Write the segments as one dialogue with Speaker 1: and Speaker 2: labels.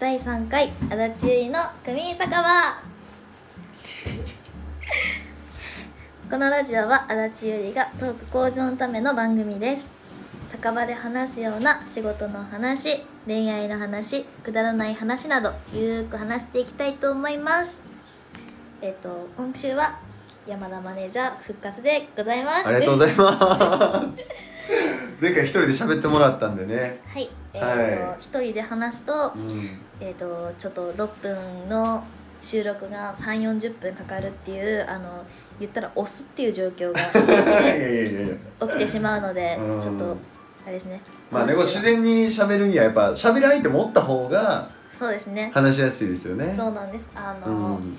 Speaker 1: 第3回足立ゆいの区民酒 場このラジオは足立ゆりがトーク向上のための番組です酒場で話すような仕事の話恋愛の話くだらない話などゆるーく話していきたいと思いますえっ、と今週は山田マネージャー復活でございます
Speaker 2: ありがとうござ います。前回一人で喋ってもらったんでね。
Speaker 1: はい、えー
Speaker 2: はい
Speaker 1: と一人で話すと
Speaker 2: うん。
Speaker 1: えー、とちょっと6分の収録が3 4 0分かかるっていうあの言ったら押すっていう状況 が
Speaker 2: いやいやいやいや。
Speaker 1: 起きてしまうので
Speaker 2: うん
Speaker 1: ちょっとあれですね
Speaker 2: まあね、こう
Speaker 1: 今週
Speaker 2: 自然に喋るにはやっぱ喋る相手持った方が
Speaker 1: そうですね
Speaker 2: 話しやすいですよね。
Speaker 1: そうなんですあの、
Speaker 2: うん。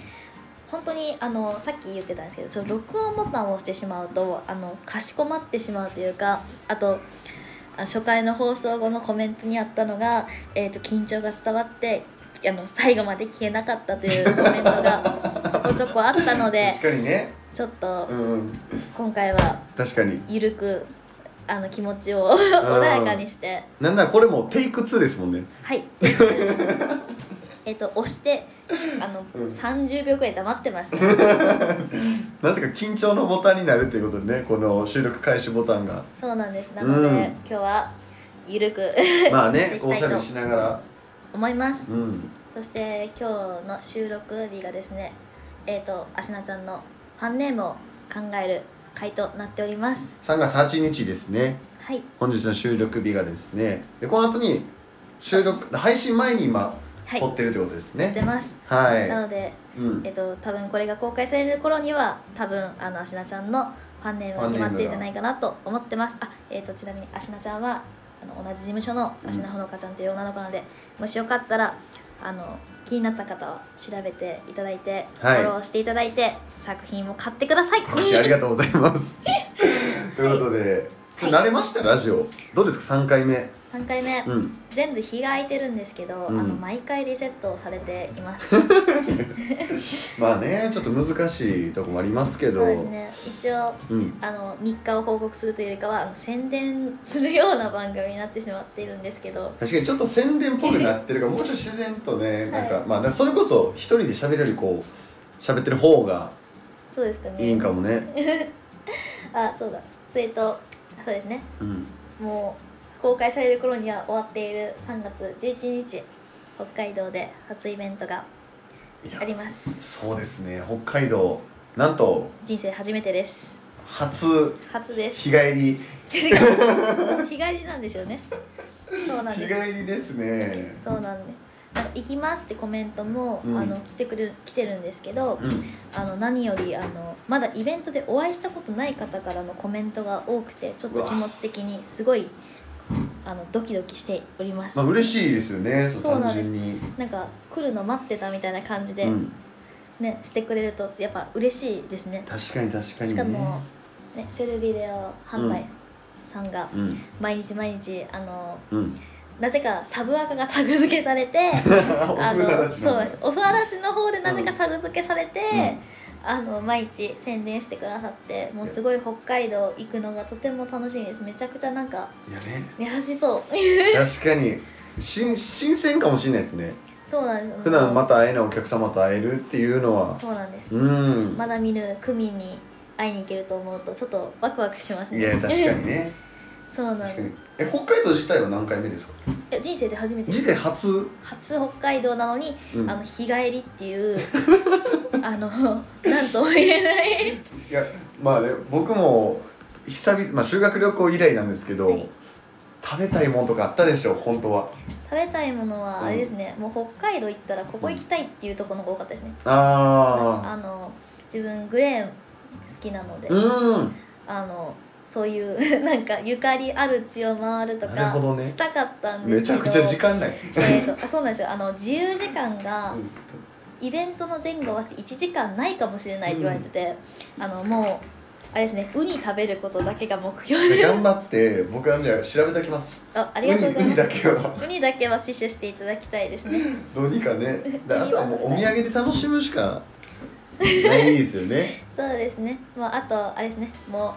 Speaker 1: 本当にあのさっき言ってたんですけどちょっと録音ボタンを押してしまうとあのかしこまってしまうというかあとあ初回の放送後のコメントにあったのが、えー、と緊張が伝わってあの最後まで聞けなかったというコメントがちょこちょこあったので
Speaker 2: 確かにね。
Speaker 1: ちょっと
Speaker 2: うん。
Speaker 1: 今回は
Speaker 2: 確かに。
Speaker 1: ゆるくあの気持ちを 穏やかにして
Speaker 2: なんならこれもテイク2ですもんね。
Speaker 1: はい。えっと押してあの、
Speaker 2: うん
Speaker 1: 30秒くらい黙ってました。
Speaker 2: なぜか緊張のボタンになるっていうことでね、この収録開始ボタン が。
Speaker 1: そうなんです。なので、
Speaker 2: うん
Speaker 1: 今日はゆるく
Speaker 2: ま
Speaker 1: し
Speaker 2: あ
Speaker 1: ていき
Speaker 2: ね、こうお
Speaker 1: たい
Speaker 2: し
Speaker 1: と
Speaker 2: ゃべりしながら。
Speaker 1: 思います。
Speaker 2: うん。
Speaker 1: そして今日の収録日がですね、えっ、とあしなちゃんのファンネームを考える回となっております。
Speaker 2: 3月8日ですね。
Speaker 1: はい。
Speaker 2: 本日の収録日がですね。で、この後に収録、配信前に今、
Speaker 1: はい。
Speaker 2: 撮ってるってことですね。
Speaker 1: 出ます。
Speaker 2: はい。
Speaker 1: なので、
Speaker 2: うん
Speaker 1: えっ、と多分これが公開される頃には多分あのあしなちゃんのファンネームが決まっているんじゃないかなと思ってます。あ、えっ、とちなみにあしなちゃんはあの同じ事務所のあしなほのかちゃんという女の子なので、もしよかったらあの気になった方は調べていただいて、
Speaker 2: はい
Speaker 1: フォローしていただいて作品も買ってください。
Speaker 2: 告知ありがとうござい ます。ということで、ちょっと慣れましたラジオ。どうですか3回目。
Speaker 1: 3回目、
Speaker 2: うん。
Speaker 1: 全部日が空いてるんですけど、
Speaker 2: うん
Speaker 1: あの毎回リセットされています。
Speaker 2: まあね、ちょっと難しいとこもありますけど。
Speaker 1: そうですね。一応
Speaker 2: うん。
Speaker 1: あの日課を報告するというよりかはあの宣伝するような番組になってしまっているんですけど
Speaker 2: 確かにちょっと宣伝っぽくなってるから、もうちょっと自然とね、なんか、
Speaker 1: はい
Speaker 2: まあだからそれこそ一人で喋るよりこう、喋ってる方が
Speaker 1: そうですかね
Speaker 2: いいんかもね。
Speaker 1: あそうだそれとそうですね
Speaker 2: うん。
Speaker 1: もう公開される頃には終わっている3月11日北海道で初イベントが
Speaker 2: いや
Speaker 1: あ、ります
Speaker 2: そうですね。北海道、なんと、
Speaker 1: 人生初めてです
Speaker 2: 初
Speaker 1: 初です
Speaker 2: 日帰り。
Speaker 1: 違う日帰りなんですよねそうなん
Speaker 2: 日
Speaker 1: です
Speaker 2: 帰りですね。
Speaker 1: そうなんですあの行きますってコメントも、
Speaker 2: うん
Speaker 1: あの来てくれる来てるんですけど、
Speaker 2: うん。
Speaker 1: あの何よりあのまだイベントでお会いしたことない方からのコメントが多くてちょっと気持ち的にすごいあのドキドキしております、
Speaker 2: まあ嬉しいですよね、そう
Speaker 1: そうなん
Speaker 2: 単
Speaker 1: です
Speaker 2: 純に。
Speaker 1: なんか来るの待ってたみたいな感じで、
Speaker 2: うん
Speaker 1: ねしてくれるとやっぱ嬉しいですね
Speaker 2: 確かに確かに
Speaker 1: し
Speaker 2: ね
Speaker 1: かも、ね、セルビデオ販売
Speaker 2: うん
Speaker 1: さんが
Speaker 2: うん
Speaker 1: 毎日毎日あの
Speaker 2: うん
Speaker 1: なぜかサブアカがタグ付けされてあ のそうなんですオフアラチの方でなぜかタグ付けされて、あの毎日宣伝してくださってもうすごい北海道行くのがとても楽しみですめちゃくちゃなんか
Speaker 2: いやね
Speaker 1: 優しそう
Speaker 2: 確かに新新鮮かもしれないですね
Speaker 1: そうなんです
Speaker 2: 普段また会えないお客様と会えるっていうのは
Speaker 1: そうなんです、
Speaker 2: うん、
Speaker 1: まだ見ぬ区民に会いに行けると思うとちょっとワクワクしますね
Speaker 2: いや確かにね
Speaker 1: そうなんで
Speaker 2: 確か
Speaker 1: す
Speaker 2: にえ北海道自体は何回目ですか
Speaker 1: え人生で初めて
Speaker 2: 人生初、
Speaker 1: 初北海道なのに、
Speaker 2: うん、
Speaker 1: あの日帰りっていう あのなんとも言えない
Speaker 2: いやまあね僕も久々、まあ、修学旅行以来なんですけど、
Speaker 1: はい
Speaker 2: 食べたいもんとかあったでしょ本当は
Speaker 1: 食べたいものはあれですね、もう北海道行ったらここ行きたいっていうところの方が多かったですね、
Speaker 2: ああ
Speaker 1: あの自分グレーン好きなので、
Speaker 2: うん
Speaker 1: あのそういう なんかゆかりある地を回ると
Speaker 2: なる
Speaker 1: か
Speaker 2: ほどね
Speaker 1: したかったんで
Speaker 2: め
Speaker 1: す
Speaker 2: ち
Speaker 1: け
Speaker 2: ゃ
Speaker 1: ど
Speaker 2: くちゃ時間ない、
Speaker 1: えーとあそうなんですよあの自由時間が
Speaker 2: うん
Speaker 1: イベントの前後合わせて1時間ないかもしれないって言われてて、あのもうあれですねウニ食べることだけが目標で
Speaker 2: 頑張って僕はじゃあ調べておきます
Speaker 1: あありがとうございま
Speaker 2: ウニウニだ
Speaker 1: す
Speaker 2: けは
Speaker 1: ウニだけは死守していただきたいですね
Speaker 2: どうにかねで
Speaker 1: ウニは
Speaker 2: あとはもうお土産で楽しむしかないですよ ね
Speaker 1: そうですねまああとあれですねもう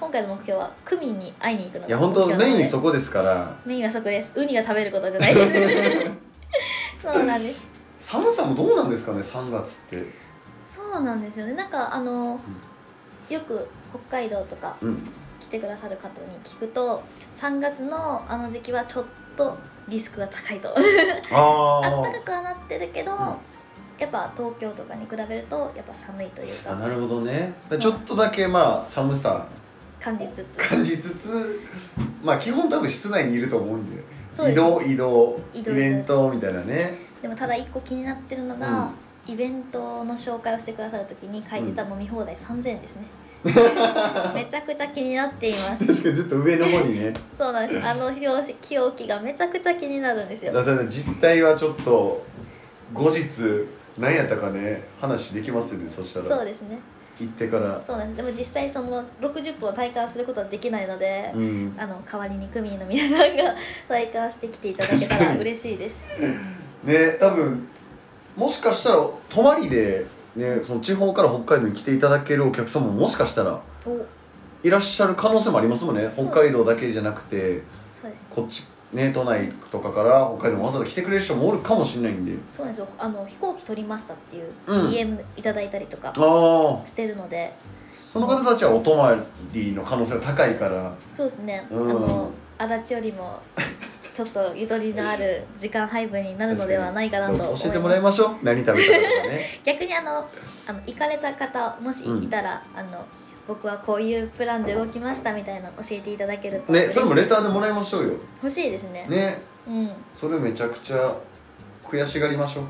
Speaker 1: 今回の目標はクミンに会いに行くのが
Speaker 2: いや本当
Speaker 1: 目標な
Speaker 2: メ
Speaker 1: ので
Speaker 2: インそこですから
Speaker 1: メインはそこですウニが食べることじゃないですそうなんです
Speaker 2: 寒さもどうなんですかね3月って
Speaker 1: そうなんですよねなんかあのよく北海道とか
Speaker 2: うん
Speaker 1: 来てくださる方に聞くと3月のあの時期はちょっとリスクが高いと
Speaker 2: あ
Speaker 1: あったか
Speaker 2: ー
Speaker 1: くはなってるけど、
Speaker 2: ん
Speaker 1: やっぱ東京とかに比べるとやっぱ寒いという
Speaker 2: あ
Speaker 1: か
Speaker 2: なるほどねだからちょっとだけまあ寒さ
Speaker 1: 感じつつ
Speaker 2: 感じつつまあ基本多分室内にいると思うんで
Speaker 1: そうで
Speaker 2: 移
Speaker 1: す
Speaker 2: 動移動
Speaker 1: 移
Speaker 2: イ
Speaker 1: 動
Speaker 2: ベントみたいなね
Speaker 1: でもただ一個気になってるのが、イベントの紹介をしてくださるときに書いてた飲み放題3000円 ですね、めちゃくちゃ気になっています
Speaker 2: 確かにずっと上の方にね
Speaker 1: そうなんですあの表紙表記がめちゃくちゃ気になるんですよ
Speaker 2: 出された実態はちょっと後日何やったかね話できますよねそしたら
Speaker 1: そうですね
Speaker 2: 行ってから
Speaker 1: そうなんですでも実際その60分を体感することはできないので、
Speaker 2: うん
Speaker 1: あの代わりに組員の皆さんが体感してきていただけた
Speaker 2: 確
Speaker 1: ら
Speaker 2: かに
Speaker 1: 嬉しい です
Speaker 2: ね多分もしかしたら泊まりで、ね、その地方から北海道に来ていただけるお客様ももしかしたら
Speaker 1: お
Speaker 2: いらっしゃる可能性もありますもんね
Speaker 1: そう
Speaker 2: 北海道だけじゃなくて
Speaker 1: そうです
Speaker 2: こっちね都内とかから北海道わざわざ来てくれる人もおるかもしれないんで
Speaker 1: そうなんですよあの飛行機取りましたっていう
Speaker 2: うん
Speaker 1: DM いただいたりとか
Speaker 2: ああ
Speaker 1: してるので、
Speaker 2: その方たちはお泊まりの可能性が高いから
Speaker 1: そうですね、
Speaker 2: うん
Speaker 1: あの足立よりもちょっとゆとりのある時間配分になるのではないかなと思います
Speaker 2: 教えてもらいましょう何食べたかとかね
Speaker 1: 逆にあのあの行かれた方もしいたら、あの僕はこういうプランで動きましたみたいなの教えていただけると
Speaker 2: ねそれもレターで
Speaker 1: も
Speaker 2: もらいましょうよ
Speaker 1: 欲しいですね
Speaker 2: ね
Speaker 1: うん
Speaker 2: それめちゃくちゃ悔しがりましょう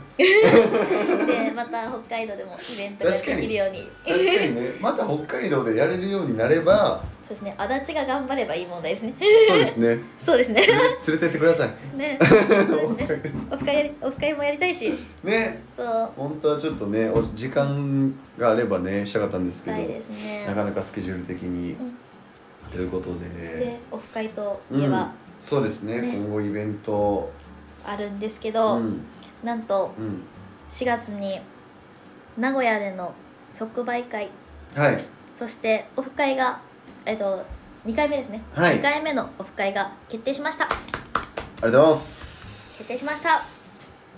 Speaker 1: でまた北海道でもイベントがで
Speaker 2: 確かに
Speaker 1: きるように
Speaker 2: 確かにねまた北海道でやれるようになれば
Speaker 1: そうですね足立が頑張ればいい問題ですね
Speaker 2: そうですね連
Speaker 1: そうですね
Speaker 2: れ連れてってください
Speaker 1: ねそうですね
Speaker 2: ね
Speaker 1: オフ会やりオフ会もやりたいし
Speaker 2: ね
Speaker 1: そう
Speaker 2: 本当はちょっとねお時間があればねしたかったんですけ
Speaker 1: したい
Speaker 2: ど
Speaker 1: ですね
Speaker 2: なかなかスケジュール的に、
Speaker 1: うん
Speaker 2: ということ
Speaker 1: で
Speaker 2: で
Speaker 1: オフ会と
Speaker 2: う
Speaker 1: いえ
Speaker 2: ん
Speaker 1: ば、
Speaker 2: そうですね
Speaker 1: ね
Speaker 2: 今後イベント
Speaker 1: あるんですけ
Speaker 2: う
Speaker 1: ど、
Speaker 2: ん
Speaker 1: なんと
Speaker 2: うん
Speaker 1: 4月に名古屋での即売会
Speaker 2: はい
Speaker 1: そしてオフ会がえっと2回目ですね、
Speaker 2: はい
Speaker 1: 2回目のオフ会が決定しました
Speaker 2: ありがとうございます
Speaker 1: 決定しました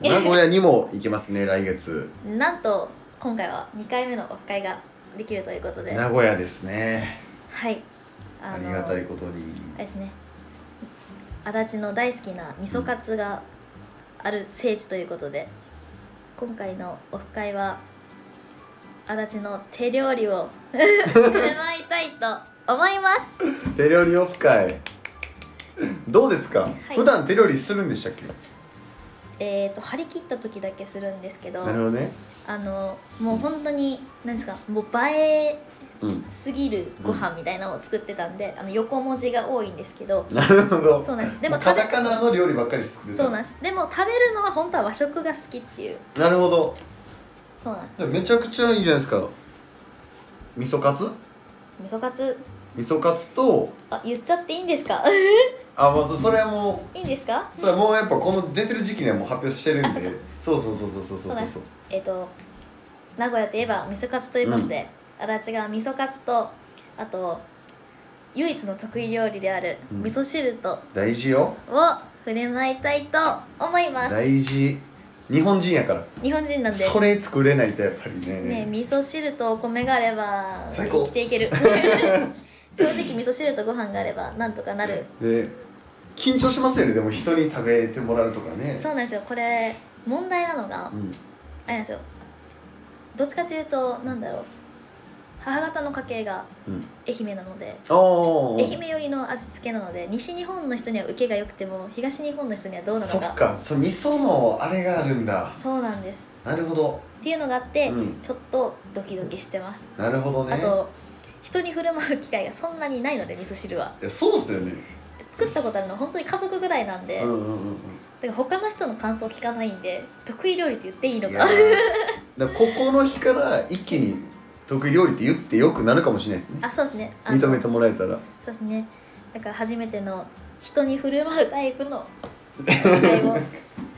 Speaker 2: 名古屋にも行きますね来月
Speaker 1: なんと今回は2回目のオフ会ができるということで
Speaker 2: 名古屋ですね
Speaker 1: はいあ
Speaker 2: あ
Speaker 1: の
Speaker 2: りがたいことに
Speaker 1: あれですね足立の大好きな味噌カツがある聖地ということで、今回のオフ会は足立の手料理を 振る舞いたいと思います
Speaker 2: 手料理オフ会どうですか、
Speaker 1: い
Speaker 2: 普段手料理するんでしたっけ
Speaker 1: えっと張り切った時だけするんですけど
Speaker 2: なるほどね
Speaker 1: あのもう本当に何ですかもう映え
Speaker 2: うん
Speaker 1: すぎるご飯みたいなのを作ってたんで、あの横文字が多いんですけど
Speaker 2: なるほど
Speaker 1: そうなんですでも
Speaker 2: カ
Speaker 1: 食べ
Speaker 2: タカナの料理ばっかり作ってた
Speaker 1: そうなんですでも食べるのは本当は和食が好きっていう
Speaker 2: なるほど
Speaker 1: そうなんです
Speaker 2: めちゃくちゃいいじゃないですか味噌カツ
Speaker 1: 味噌カツ
Speaker 2: 味噌カツと
Speaker 1: あ言っちゃっていいんですか
Speaker 2: あまずそれはも
Speaker 1: いいんですか
Speaker 2: うそれはもうやっぱこの出てる時期にはもう発表してる んでそうそうそうそうそうそうそう
Speaker 1: そ
Speaker 2: そう
Speaker 1: えっ、と名古屋といえば味噌カツということで、足立が味噌カツとあと唯一の得意料理である
Speaker 2: うん
Speaker 1: 味噌汁と
Speaker 2: 大事よ
Speaker 1: を振る舞いたいと思います、
Speaker 2: 大事日本人やから
Speaker 1: 日本人なんで
Speaker 2: それ作れないとやっぱりね
Speaker 1: ね味噌汁とお米があれば
Speaker 2: 最高
Speaker 1: 生きてい ける正直味噌汁とご飯があればなんとかなる
Speaker 2: で緊張しますよねでも人に食べてもらうとかね
Speaker 1: そうなんですよこれ問題なのが、
Speaker 2: うん
Speaker 1: あれなんですよどっちかというとなんだろう母方の家系が
Speaker 2: うん
Speaker 1: 愛媛なので
Speaker 2: ああ
Speaker 1: 愛媛寄りの味付けなので西日本の人には受けが良くても東日本の人にはどうな
Speaker 2: そ
Speaker 1: の
Speaker 2: っ
Speaker 1: か
Speaker 2: かその味噌のあれがあるんだ
Speaker 1: そうなんです
Speaker 2: なるほど
Speaker 1: っていうのがあって、
Speaker 2: うん
Speaker 1: ちょっとドキドキしてます、
Speaker 2: なるほどね
Speaker 1: あと人に振る舞う機会がそんなにないので味噌汁はい
Speaker 2: やそうっすよね
Speaker 1: 作ったことあるのは本当に家族ぐらいなんで、
Speaker 2: うんうんうん
Speaker 1: だから他の人の感想聞かないんで得意料理って言っていい
Speaker 2: うん
Speaker 1: の
Speaker 2: いや
Speaker 1: か
Speaker 2: だからここの日から一気に得意料理って言ってよくなるかもしれないですね
Speaker 1: あそうですねあの
Speaker 2: 認めてもらえたら
Speaker 1: そうですねだから初めての人に振る舞うタイプ の会を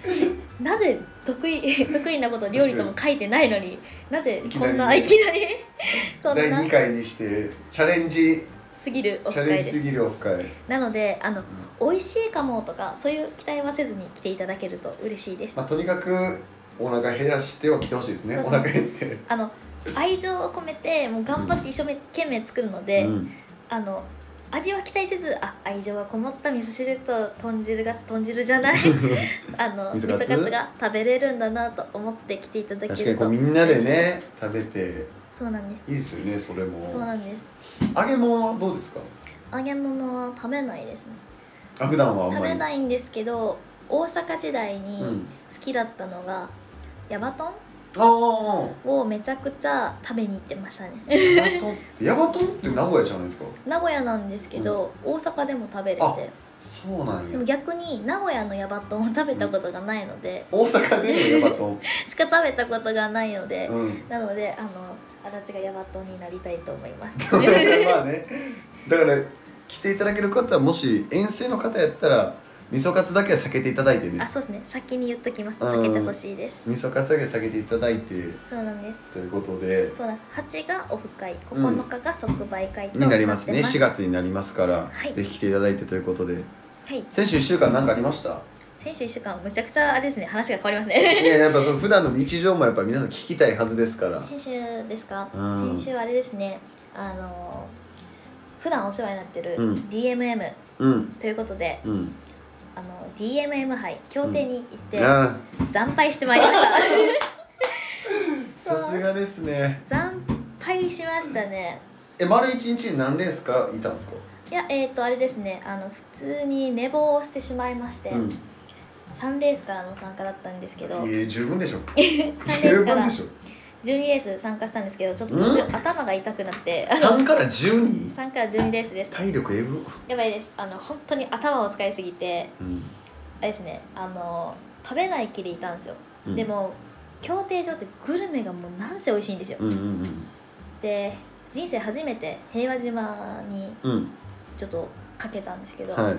Speaker 1: なぜ得意 得意なこと料理とも書いてないのになぜこんない
Speaker 2: い
Speaker 1: き
Speaker 2: き
Speaker 1: なりこん
Speaker 2: 第
Speaker 1: な
Speaker 2: 2回にしてチャレンジ
Speaker 1: すぎるオ
Speaker 2: チ
Speaker 1: フ
Speaker 2: ャレ
Speaker 1: 会
Speaker 2: ン
Speaker 1: で
Speaker 2: ジす
Speaker 1: す
Speaker 2: ぎるオフ会
Speaker 1: なのであの美味しいかもとかそういう期待はせずに来ていただけると嬉しいです
Speaker 2: まあ、とにかくお腹減らしては来てほしいですね
Speaker 1: そうそう
Speaker 2: お腹減って
Speaker 1: あの愛情を込めてもう頑張って一生懸命作るので、
Speaker 2: うん
Speaker 1: あの味は期待せずあ愛情がこもった味噌汁と豚汁が豚汁じゃ ないあの味
Speaker 2: 味
Speaker 1: 噌
Speaker 2: 噌
Speaker 1: カ
Speaker 2: カツ
Speaker 1: ツが食べれるんだなと思って来ていただけ
Speaker 2: 確かに
Speaker 1: る
Speaker 2: ことうみんなで
Speaker 1: 嬉しい
Speaker 2: ね
Speaker 1: す
Speaker 2: 食べて
Speaker 1: そうなんです
Speaker 2: いいですよねそれも
Speaker 1: そうなんです
Speaker 2: 揚げ物はどうですか
Speaker 1: 揚げ物は食べないですね
Speaker 2: あ普段はあんま
Speaker 1: 食
Speaker 2: り
Speaker 1: べないんですけど大阪時代に
Speaker 2: う
Speaker 1: 好
Speaker 2: ん、
Speaker 1: きだったのが、ヤバトン
Speaker 2: ああ
Speaker 1: をめちゃくちゃ食べに行ってましたね
Speaker 2: ヤバトンってヤバトンって名古屋じゃないですか
Speaker 1: 名古屋なんですけど、大阪でも食べれ
Speaker 2: あ
Speaker 1: て
Speaker 2: そうなん
Speaker 1: で
Speaker 2: や
Speaker 1: も逆に名古屋のヤバトンを食べたことがないので、
Speaker 2: 大阪でのヤバトン、
Speaker 1: しか食べたことがないので、
Speaker 2: うん、
Speaker 1: なのであの足立がヤバトンになりたいと思います
Speaker 2: まあねだから来ていただける方はもし遠征の方やったら味噌カツだけは避けていただいてね
Speaker 1: あそうですね先に言っときます
Speaker 2: うん
Speaker 1: 避けてほしいです、
Speaker 2: 味噌カツだけ避けていただいて
Speaker 1: そうなんです
Speaker 2: ということで
Speaker 1: そうなんです8がオフ会
Speaker 2: うん
Speaker 1: 9日が即売会と
Speaker 2: に
Speaker 1: な
Speaker 2: な
Speaker 1: って
Speaker 2: り
Speaker 1: ま,、
Speaker 2: ますすね4月になりますか
Speaker 1: は
Speaker 2: ら、
Speaker 1: い
Speaker 2: ぜひ来ていただいてということで
Speaker 1: はい
Speaker 2: 先週1週間何かありました
Speaker 1: 先週1週間むちゃくちゃあれですね話が変わります
Speaker 2: い
Speaker 1: ね
Speaker 2: ややっぱその普段の日常もやっぱ皆さん聞きたいはずですから
Speaker 1: 先週ですか、
Speaker 2: うん
Speaker 1: 先週あれですねあの普段お世話になってる
Speaker 2: うん
Speaker 1: DMM
Speaker 2: うん
Speaker 1: ということで、
Speaker 2: うん
Speaker 1: あの DMM 杯協定に行って
Speaker 2: あ
Speaker 1: 惨敗してまいりました
Speaker 2: ーさすがですね
Speaker 1: 惨敗しましたね
Speaker 2: え丸一日に何レースかいたんですか
Speaker 1: いやえっ、とあれですねあの普通に寝坊をしてしまいまして、
Speaker 2: うん
Speaker 1: 3レースからの参加だったんですけど
Speaker 2: い
Speaker 1: 3レ
Speaker 2: え十分 でしょ
Speaker 1: ー
Speaker 2: 十
Speaker 1: スか
Speaker 2: 分
Speaker 1: ら
Speaker 2: で
Speaker 1: 12
Speaker 2: しょ
Speaker 1: レース参加したんですけどちょっと途中
Speaker 2: う
Speaker 1: 頭が痛くなって
Speaker 2: 3から12
Speaker 1: 3から12レースです
Speaker 2: 体力えぐ
Speaker 1: やばいですあの本当に頭を使いすぎて
Speaker 2: うん
Speaker 1: あれですねあの食べないきりいたんですよ、
Speaker 2: うん
Speaker 1: でも競艇場ってグルメがもうなんせ美味しいんですよ、
Speaker 2: うんうん
Speaker 1: で人生初めて平和島に
Speaker 2: うんうん
Speaker 1: ちょっとかけたんですけど、
Speaker 2: はい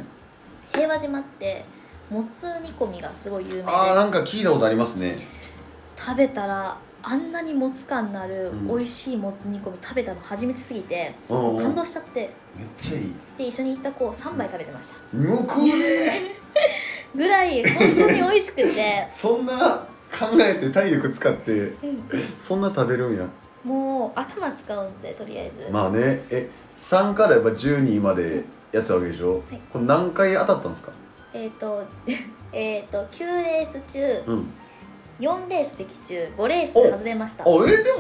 Speaker 1: 平和島ってもつ煮込みがすごい有名で
Speaker 2: あーなんか聞いたことありますね
Speaker 1: 食べたらあんなにもつ感のある
Speaker 2: うん
Speaker 1: 美味しいもつ煮込み食べたの初めてすぎて、
Speaker 2: うんうん
Speaker 1: 感動しちゃって
Speaker 2: めっちゃいい
Speaker 1: で一緒に行った子を3杯食べてました
Speaker 2: 無くね、
Speaker 1: ぐらい本当に美味しくて
Speaker 2: そんな考えて体力使って
Speaker 1: うん
Speaker 2: そんな食べるんや
Speaker 1: もう頭使うんでとりあえず、
Speaker 2: まあねえ3からやっぱ12までやってたわけでしょ、
Speaker 1: はい
Speaker 2: これ何回当たったんですか
Speaker 1: えっ、と えっと9レース中
Speaker 2: うん
Speaker 1: 4レース的中5レース外れまし
Speaker 2: あ
Speaker 1: た
Speaker 2: えーでも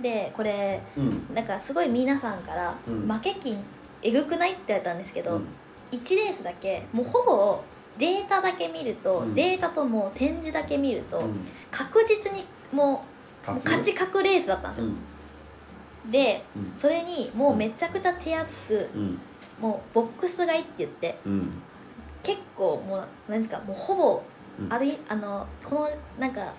Speaker 1: でこれ
Speaker 2: うん
Speaker 1: なんかすごい皆さんから、
Speaker 2: うん
Speaker 1: 負け金えぐくないって言われたんですけど、
Speaker 2: うん
Speaker 1: 1レースだけもうほぼデータだけ見ると、
Speaker 2: うん
Speaker 1: データともう展示だけ見ると、
Speaker 2: うん
Speaker 1: 確実にもうもう
Speaker 2: 勝つ
Speaker 1: 勝ち確レースだったんです
Speaker 2: う
Speaker 1: よ、
Speaker 2: ん
Speaker 1: で
Speaker 2: うん
Speaker 1: それにもうめちゃくちゃ手厚く、
Speaker 2: うん
Speaker 1: もうボックス買いって言って
Speaker 2: うん
Speaker 1: 結構もうなんですかもうほぼ、
Speaker 2: うん
Speaker 1: あれあのこのなんか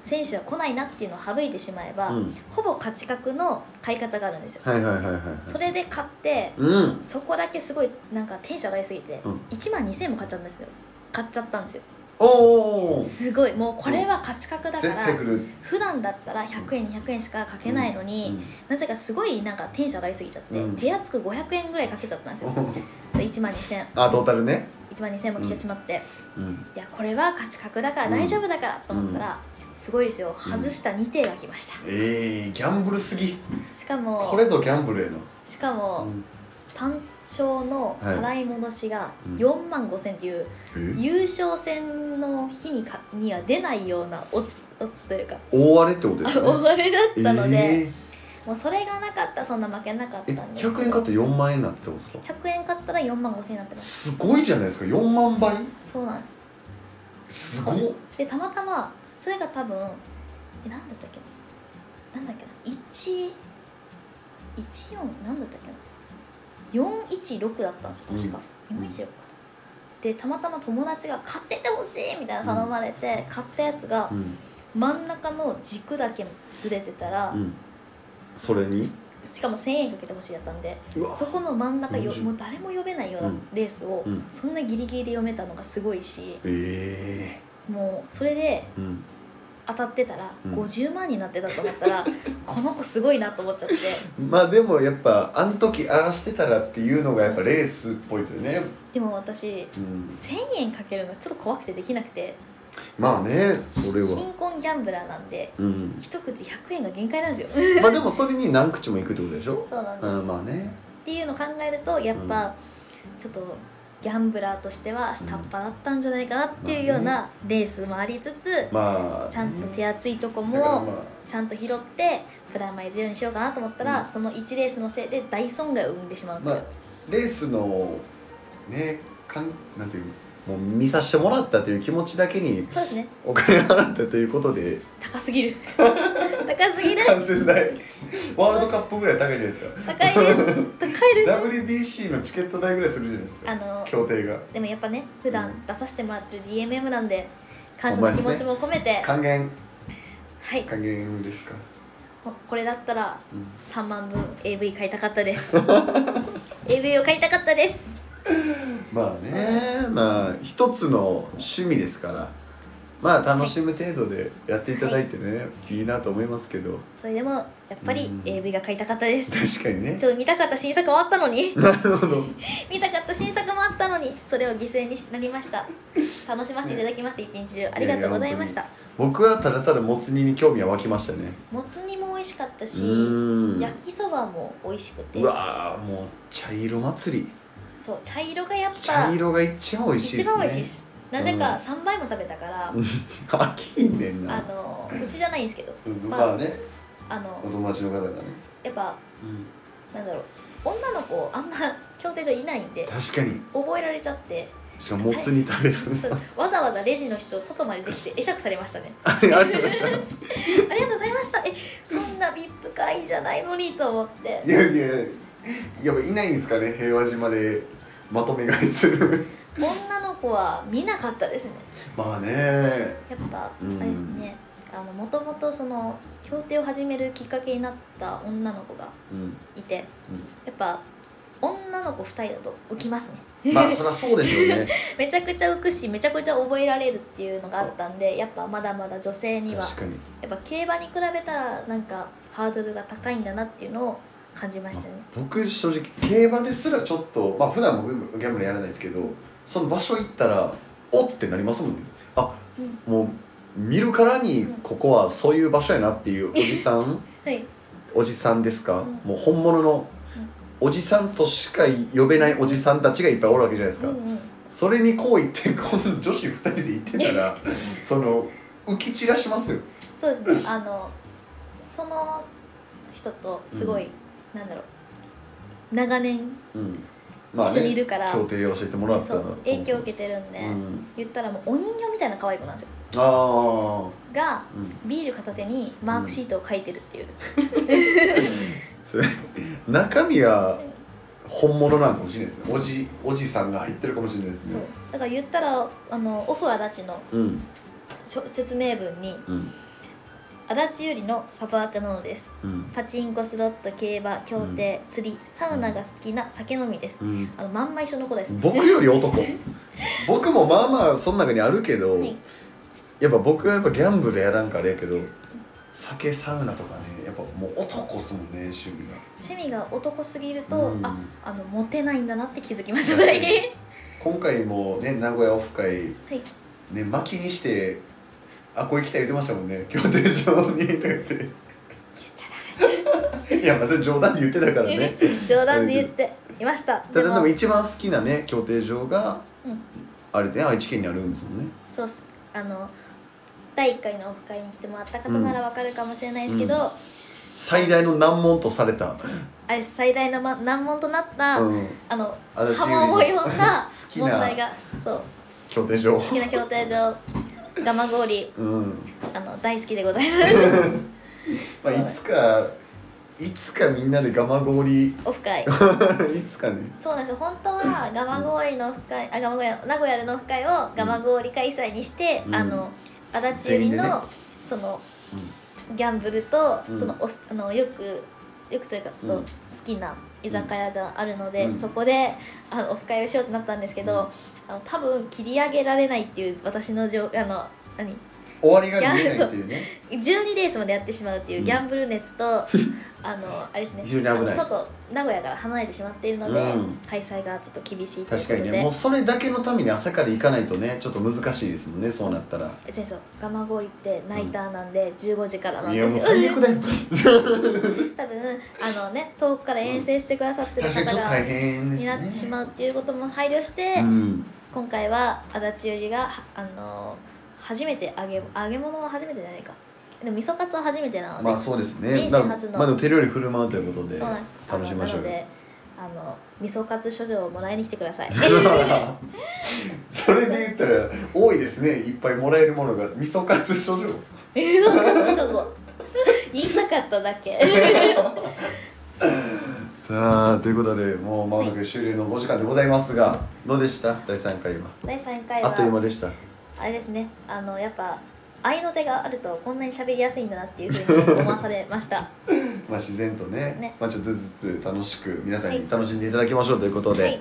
Speaker 1: 選手は来ないなっていうのを省いてしまえば、
Speaker 2: うん
Speaker 1: ほぼ勝ち確の買い方があるんですよ、
Speaker 2: はいはいはいはいはい
Speaker 1: それで買って
Speaker 2: うん
Speaker 1: そこだけすごいなんかテンション上がりすぎて、
Speaker 2: うん
Speaker 1: 1万2000円も買っちゃったんですよ買っちゃったんですよ
Speaker 2: おお
Speaker 1: すごいもうこれは価値格だか
Speaker 2: 絶
Speaker 1: ら
Speaker 2: 対来る
Speaker 1: 普段だったら100円200円しかかけないのに、
Speaker 2: うん
Speaker 1: なぜかすごいなんかテンション上がりすぎちゃって、
Speaker 2: うん
Speaker 1: 手厚く500円ぐらいかけちゃったんですよ1万2000
Speaker 2: あトータルね
Speaker 1: 1万2000円も来てしまって、
Speaker 2: うん
Speaker 1: いやこれは価値格だから
Speaker 2: うん
Speaker 1: 大丈夫だからと思ったら、すごいですよ外した2手が来ました、
Speaker 2: えー、ギャンブルすぎ
Speaker 1: しかも
Speaker 2: これぞギャンブルやな
Speaker 1: しかも、
Speaker 2: うん
Speaker 1: 単勝の払い戻しが
Speaker 2: うん
Speaker 1: 4万5千っていう、
Speaker 2: え
Speaker 1: 優勝戦の日にかには出ないようなオオッズというか
Speaker 2: 大荒れってことですよね
Speaker 1: 終わりだったので、
Speaker 2: え
Speaker 1: もうそれがなかったらそんな負けなかっ
Speaker 2: ー、え
Speaker 1: たんです
Speaker 2: 100円買って4万円になってたことですか
Speaker 1: 100円買ったら4万5千円になってます
Speaker 2: すごいじゃないですか4万倍
Speaker 1: そうなんです
Speaker 2: すごっ
Speaker 1: でたまたまそれが多分えなんだったっけななんだっけな1 14なんだったっけな416だったんですよ確か、
Speaker 2: うん
Speaker 1: 416かなでたまたま友達が「買っててほしい!」みたいな頼まれて、買ったやつが
Speaker 2: うん
Speaker 1: 真ん中の軸だけずれてたら、
Speaker 2: うんそれに
Speaker 1: しかも1000円かけてほしいだったんで
Speaker 2: うわ
Speaker 1: そこの真ん中よ
Speaker 2: 40
Speaker 1: もう誰も読めないような
Speaker 2: うん
Speaker 1: レースを、
Speaker 2: うん
Speaker 1: そんなギリギリで読めたのがすごいし
Speaker 2: え
Speaker 1: もうそれで
Speaker 2: えうん
Speaker 1: 当たってたら
Speaker 2: うん
Speaker 1: 50万になってたと思った ら、この子すごいなと思っちゃって
Speaker 2: まあでもやっぱあの時ああしてたらっていうのがやっぱレースっぽいですよね、
Speaker 1: でも私
Speaker 2: うん、
Speaker 1: 1000円かけるのちょっと怖くてできなくて
Speaker 2: まあねそれは
Speaker 1: 貧困ギャンブラーなんで
Speaker 2: うん
Speaker 1: 一口100円が限界なんですよ
Speaker 2: まあでもそれに何口もいくってことでしょ
Speaker 1: そうなんです、
Speaker 2: う
Speaker 1: っ
Speaker 2: んまあね
Speaker 1: ていうのを考えるとやっぱ、ちょっとギャンブラーとしては下っ端だったんじゃないかなっていうようなレースもありつつ、
Speaker 2: まあ
Speaker 1: ちゃんと手厚いとこ
Speaker 2: だから
Speaker 1: も
Speaker 2: まあ
Speaker 1: ちゃんと拾ってプラマイゼロにしようかなと思ったら、
Speaker 2: うん
Speaker 1: その1レースのせいで大損害を生んでしまうという、
Speaker 2: まあレースのねかんなんていうもう見させてもらったという気持ちだけに
Speaker 1: そうですね
Speaker 2: お金払ったということで
Speaker 1: 高すぎる 高すぎる
Speaker 2: 感染代ワールドカップぐらい高いじゃないですか
Speaker 1: 高いです高いです
Speaker 2: WBC のチケット代ぐらいするじゃないです
Speaker 1: あ
Speaker 2: か
Speaker 1: の
Speaker 2: 協定が
Speaker 1: でもやっぱね普段出させてもらってる DMM なんで感謝
Speaker 2: ほんま
Speaker 1: の気
Speaker 2: ですね
Speaker 1: 持ちも込めて、
Speaker 2: 還元
Speaker 1: はい
Speaker 2: 還元ですか
Speaker 1: ほこれだったら
Speaker 2: うん
Speaker 1: 3万分 AV 買いたかったです AV を買いたかったです
Speaker 2: まあねまあ一つの趣味ですからまあ楽しむ程度でやっていただいてね、い、いなと思いますけど
Speaker 1: それでもやっぱり
Speaker 2: うん
Speaker 1: AV が買いたかったです
Speaker 2: 確かにね
Speaker 1: ちょっと見たかった新作もあったの に
Speaker 2: なるほど
Speaker 1: 見たかった新作もあったのにそれを犠牲になりました楽しませていただきまして一日中ありがとうございました
Speaker 2: 僕はただただもつ煮に興味は湧きましたね
Speaker 1: もつ煮も美味しかった
Speaker 2: う
Speaker 1: し
Speaker 2: ーん
Speaker 1: 焼きそばも美味しくて
Speaker 2: うわーもう茶色祭り
Speaker 1: そう茶色がやっぱ
Speaker 2: 茶色が一番美味しいで
Speaker 1: 一
Speaker 2: すね
Speaker 1: 番美味しいですなぜ
Speaker 2: う
Speaker 1: か
Speaker 2: ん
Speaker 1: 3倍も食べたから、
Speaker 2: 飽きんねん
Speaker 1: あ
Speaker 2: な
Speaker 1: のうちじゃないんですけど
Speaker 2: うん
Speaker 1: ま
Speaker 2: ま
Speaker 1: あ
Speaker 2: あ、ね
Speaker 1: あ
Speaker 2: お
Speaker 1: の
Speaker 2: 友達の方がね、
Speaker 1: やっぱなんだろう女の子あんま競艇場いないんで
Speaker 2: 確かに
Speaker 1: 覚えられちゃって
Speaker 2: しかももつ煮食べる
Speaker 1: そうわざわざレジの人外までできて会釈されました ね
Speaker 2: あれありましたい
Speaker 1: ありがとうございましたえそんな VIP 会じゃないのにと思って
Speaker 2: やいややっぱいないんですかね平和島でまとめ買いする
Speaker 1: 女の子は見なかったですね
Speaker 2: まあね
Speaker 1: やっぱ
Speaker 2: うん
Speaker 1: あれですねあのもともとその競艇を始めるきっかけになった女の子が
Speaker 2: うん、
Speaker 1: いてやっぱ女の子2人だと浮きますね
Speaker 2: うん、 まあそりゃそうでしょうね
Speaker 1: めちゃくちゃ浮くしめちゃくちゃ覚えられるっていうのがあったんでやっぱまだまだ女性には
Speaker 2: 確かに
Speaker 1: やっぱ競馬に比べたらなんかハードルが高いんだなっていうのを感じましたね
Speaker 2: 僕正直競馬ですらちょっとまあ普段もギャンブルやらないですけどその場所行ったらおってなりますもんねあ
Speaker 1: うん
Speaker 2: もう見るからにここはそういう場所やなっていうおじさん
Speaker 1: はい
Speaker 2: おじさんですか、
Speaker 1: うん
Speaker 2: もう本物のおじさんとしか呼べないおじさんたちがいっぱいおるわけじゃないです
Speaker 1: う
Speaker 2: か、
Speaker 1: んうん
Speaker 2: それにこう言ってこの女子2人で行ってた らその浮き散らしますよ
Speaker 1: そうですねあのその人とすごい、なんだろう長年
Speaker 2: うんまあ
Speaker 1: 一緒にい
Speaker 2: ね
Speaker 1: るから、
Speaker 2: 協定を教えてもらった
Speaker 1: そう影響を受けてるんで、
Speaker 2: うん、
Speaker 1: 言ったらもうお人形みたいな可愛い子なんですよ
Speaker 2: ああ
Speaker 1: が
Speaker 2: うん
Speaker 1: ビール片手にマークシートを書いてるっていう、
Speaker 2: それ中身は本物なんかもしれないですねおじおじさんが入ってるかもしれないです
Speaker 1: そう
Speaker 2: ね
Speaker 1: だから言ったらあのオフ足立の
Speaker 2: うん
Speaker 1: しょ説明文に
Speaker 2: うん
Speaker 1: 足立よりの砂漠なのです
Speaker 2: うん
Speaker 1: パチンコスロット競馬競艇、釣りサウナが好きな酒飲みです
Speaker 2: うん
Speaker 1: あのまんま一緒の子です
Speaker 2: 僕より男僕もまあまあその中にあるけど、
Speaker 1: はい
Speaker 2: やっぱ僕はやっぱギャンブルやらんからやけど酒サウナとかねやっぱもう男っすもんね趣味が
Speaker 1: 趣味が男すぎると、
Speaker 2: うん
Speaker 1: ああのモテないんだなって気づきました最近
Speaker 2: 今回もね名古屋オフ会
Speaker 1: はい
Speaker 2: ね巻きにしてあこう行きたい言ってましたもんね競艇場にとか言っていやまあそれ冗談で言ってたからね
Speaker 1: 冗談で言っていました
Speaker 2: た
Speaker 1: で
Speaker 2: だで
Speaker 1: も
Speaker 2: も一番好きなね競艇場が、
Speaker 1: うん
Speaker 2: あれで愛知県にあるんですもんね
Speaker 1: そうっすあの第1回のオフ会に来てもらった方ならわかるかもしれないですけど、
Speaker 2: うん最大の難問とされた、
Speaker 1: あれ最大の、ま、難問となった、
Speaker 2: うん、
Speaker 1: あの
Speaker 2: 足立
Speaker 1: 波紋を
Speaker 2: 由
Speaker 1: 呼
Speaker 2: 美の
Speaker 1: んだ
Speaker 2: 好き
Speaker 1: 問
Speaker 2: な
Speaker 1: 題がそう
Speaker 2: 競艇場
Speaker 1: 好きな競艇場蒲郡
Speaker 2: うん
Speaker 1: あの大好きでござい ます
Speaker 2: まあいつかいつかみんなでガマゴ リ
Speaker 1: オフ会
Speaker 2: いつかね
Speaker 1: そうなんですよ本当は蒲郡のオフ会あ蒲郡名古屋でのオフ会を蒲郡開催にして、
Speaker 2: うん
Speaker 1: あの足立由
Speaker 2: 全員
Speaker 1: 美
Speaker 2: で
Speaker 1: の、
Speaker 2: ね
Speaker 1: そのギャンブルと、
Speaker 2: うん
Speaker 1: そのおすあのよくよくというかちょっと
Speaker 2: う
Speaker 1: 好
Speaker 2: ん
Speaker 1: きな居酒屋があるので、
Speaker 2: うん
Speaker 1: そこであのオフ会をしようとなったんですけど、あの多分切り上げられないっていう私のじょあの何
Speaker 2: 終わりが見えないっていうね
Speaker 1: 12レースまでやってしまうっていうギャンブル熱 と、あのあれですね
Speaker 2: 非常に危ない
Speaker 1: ちょっと名古屋から離れてしまっているので、
Speaker 2: うん
Speaker 1: 開催がちょっと厳しいというこ
Speaker 2: 確
Speaker 1: と
Speaker 2: か
Speaker 1: で
Speaker 2: にねもうそれだけのために朝から行かないとねちょっと難しいですもんねそうなったら
Speaker 1: 先生ガマゴリってナイターなんで15時からなん
Speaker 2: い
Speaker 1: で
Speaker 2: やもう
Speaker 1: すよ、
Speaker 2: 最悪だよ
Speaker 1: 多分あのね遠くから遠征してくださってる
Speaker 2: 確か
Speaker 1: 方
Speaker 2: にちょっと
Speaker 1: が、
Speaker 2: 大変で
Speaker 1: になって
Speaker 2: す
Speaker 1: し
Speaker 2: ね
Speaker 1: まうっていうことも配慮して、
Speaker 2: うん
Speaker 1: 今回は足立ゆりがはあの初めて揚げ揚げ物は初めてじゃないかでも味噌カツは初めてなので、
Speaker 2: まあそうですね
Speaker 1: 人生初の
Speaker 2: まあでも手料理振る舞うということで
Speaker 1: そうなんです
Speaker 2: 楽しみましょ
Speaker 1: あのなの
Speaker 2: うよ
Speaker 1: であの味噌カツ処女をもらいに来てください
Speaker 2: それで言ったら多いですねいっぱいもらえるものが味噌カツ処女
Speaker 1: 味噌カツ処女言いたかっただけ
Speaker 2: さあということでもう間もなく終了の5時間でございますがどうでした第3回は
Speaker 1: 第3回
Speaker 2: あっという間
Speaker 1: は
Speaker 2: でした
Speaker 1: あれですねあのやっぱ愛の手があるとこんなに喋りやすいんだなっていうふうに思わされました
Speaker 2: まあ自然とね
Speaker 1: ね
Speaker 2: まあちょっとずつ楽しく皆さん
Speaker 1: は
Speaker 2: に
Speaker 1: い
Speaker 2: 楽しんでいただきましょうということで
Speaker 1: はい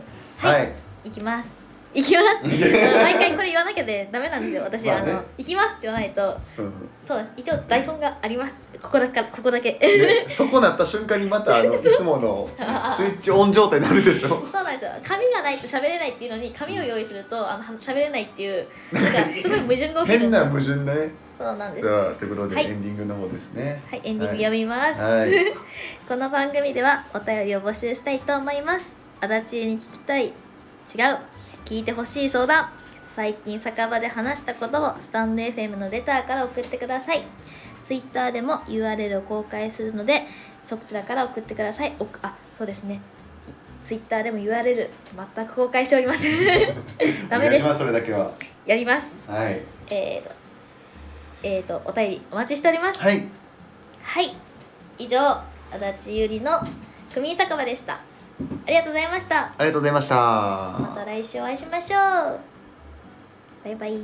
Speaker 2: はい、
Speaker 1: 行きます行きます 毎回これ言わなきゃでダメなんですよ私、
Speaker 2: まあ
Speaker 1: あ
Speaker 2: ね
Speaker 1: の行きますって言わないと
Speaker 2: うん
Speaker 1: そうです一応台本がありますここだからここだけ
Speaker 2: ねそこなった瞬間にまたあ のいつものスイッチオン状態になるでしょ
Speaker 1: そうなんですよ紙がないと喋れないっていうのに紙を用意するとあのは喋れないっていうなんかすごい矛盾が起きる
Speaker 2: 変な矛盾ね
Speaker 1: そうなんです
Speaker 2: さあということで、
Speaker 1: はい
Speaker 2: エンディングの方ですね
Speaker 1: はいエンディング読みます、
Speaker 2: はい
Speaker 1: この番組ではお便りを募集したいと思います足立ゆに聞きたい違う聞いてほしい相談最近酒場で話したことをスタンド FM のレターから送ってください Twitter でも URL を公開するのでそちらから送ってくださいおくあそうですね Twitter でも URL 全く公開しておりませ んダメ
Speaker 2: お願い
Speaker 1: で
Speaker 2: し
Speaker 1: す
Speaker 2: ますそれだけは
Speaker 1: やります
Speaker 2: はい
Speaker 1: えー、とえー、とお便りお待ちしております
Speaker 2: はい
Speaker 1: はい、以上足立ゆりの区民酒場でした。ありがとうございました。
Speaker 2: ありがとうございました
Speaker 1: また来週お会いしましょう。バイバイ。